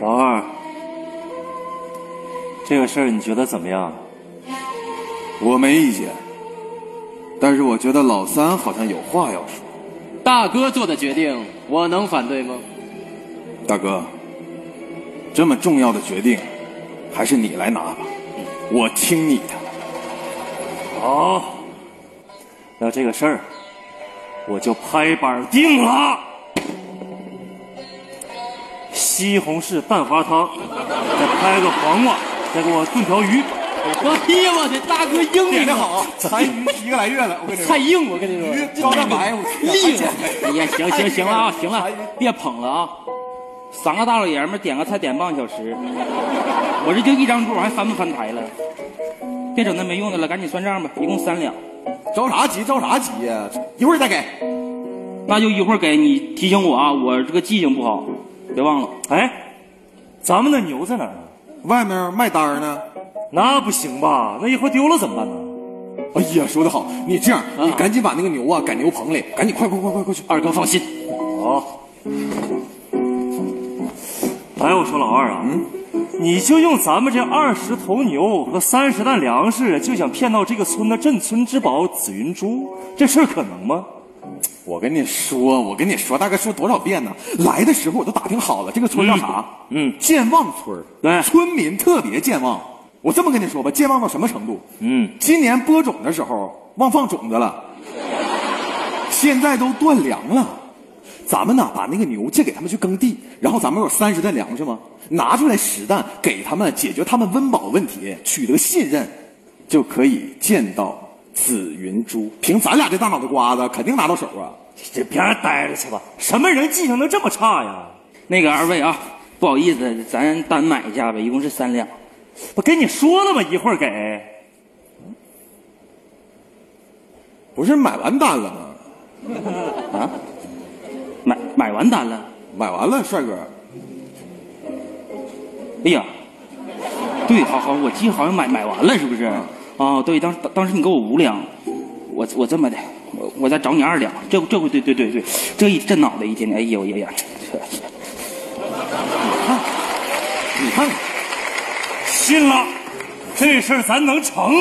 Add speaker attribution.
Speaker 1: 老二，这个事儿你觉得怎么样？啊
Speaker 2: 我没意见，但是我觉得老三好像有话要说。
Speaker 3: 大哥做的决定，我能反对吗？
Speaker 2: 大哥，这么重要的决定，还是你来拿吧，我听你的。
Speaker 1: 好，那这个事儿我就拍板定了。西红柿蛋花汤，再拍个黄瓜，再给我炖条鱼。
Speaker 3: 哎呀，我的大哥英明好，
Speaker 4: 残余一个来月了，我 跟你说，
Speaker 3: 太硬，我跟你说，
Speaker 4: 鱼高蛋白， 我
Speaker 3: 厉害！哎呀，行行行了啊，行了，别捧了啊！三个大老爷们儿点个菜点半个小时，我这就一张桌，我还翻不翻台了？别整那没用的了，赶紧算账吧，一共三两，
Speaker 4: 着啥急着啥急呀？一会儿再给，
Speaker 3: 那就一会儿给你提醒我啊，我这个记性不好，别忘了。
Speaker 1: 哎，咱们的牛在哪儿呢？
Speaker 4: 外面卖单儿呢。
Speaker 1: 那不行吧？那一会儿丢了怎么办呢？
Speaker 4: 哎呀，说得好，你这样，你赶紧把那个牛啊赶牛棚里，赶紧快快快快快去。
Speaker 3: 二哥放心，
Speaker 1: 好。哎，我说老二啊，你就用咱们这二十头牛和三十担粮食，就想骗到这个村的镇村之宝紫云珠，这事儿可能吗？
Speaker 4: 我跟你说，我跟你说，大概说多少遍呢？来的时候我都打听好了，这个村叫啥？
Speaker 1: 嗯嗯
Speaker 4: 健忘村儿。
Speaker 1: 对
Speaker 4: 村民特别健忘。我这么跟你说吧，健忘到什么程度？
Speaker 1: 嗯，
Speaker 4: 今年播种的时候忘放种子了，现在都断粮了。咱们呢，把那个牛借给他们去耕地，然后咱们有三十担粮食吗？拿出来十担给他们，解决他们温饱问题，取得信任，就可以见到紫云珠。凭咱俩这大脑袋瓜子，肯定拿到手啊！
Speaker 1: 这别让待着去吧，什么人记性能这么差呀？
Speaker 3: 那个二位啊，不好意思，咱单买一下呗，一共是三两。
Speaker 1: 不跟你说了吗？一会儿给。
Speaker 4: 不是买完单了吗？
Speaker 3: 买买完单了。
Speaker 4: 买完了，帅哥，
Speaker 3: 哎呀，对，好好，我记得好像买买完了，是不是？哦，对，当当时你给我五两，我我这么的，我我再找你二两，这这回对对对对，这一这脑袋一天天，哎呦哎呀呀，这
Speaker 4: 你看看。
Speaker 1: 信了，这事儿咱能成。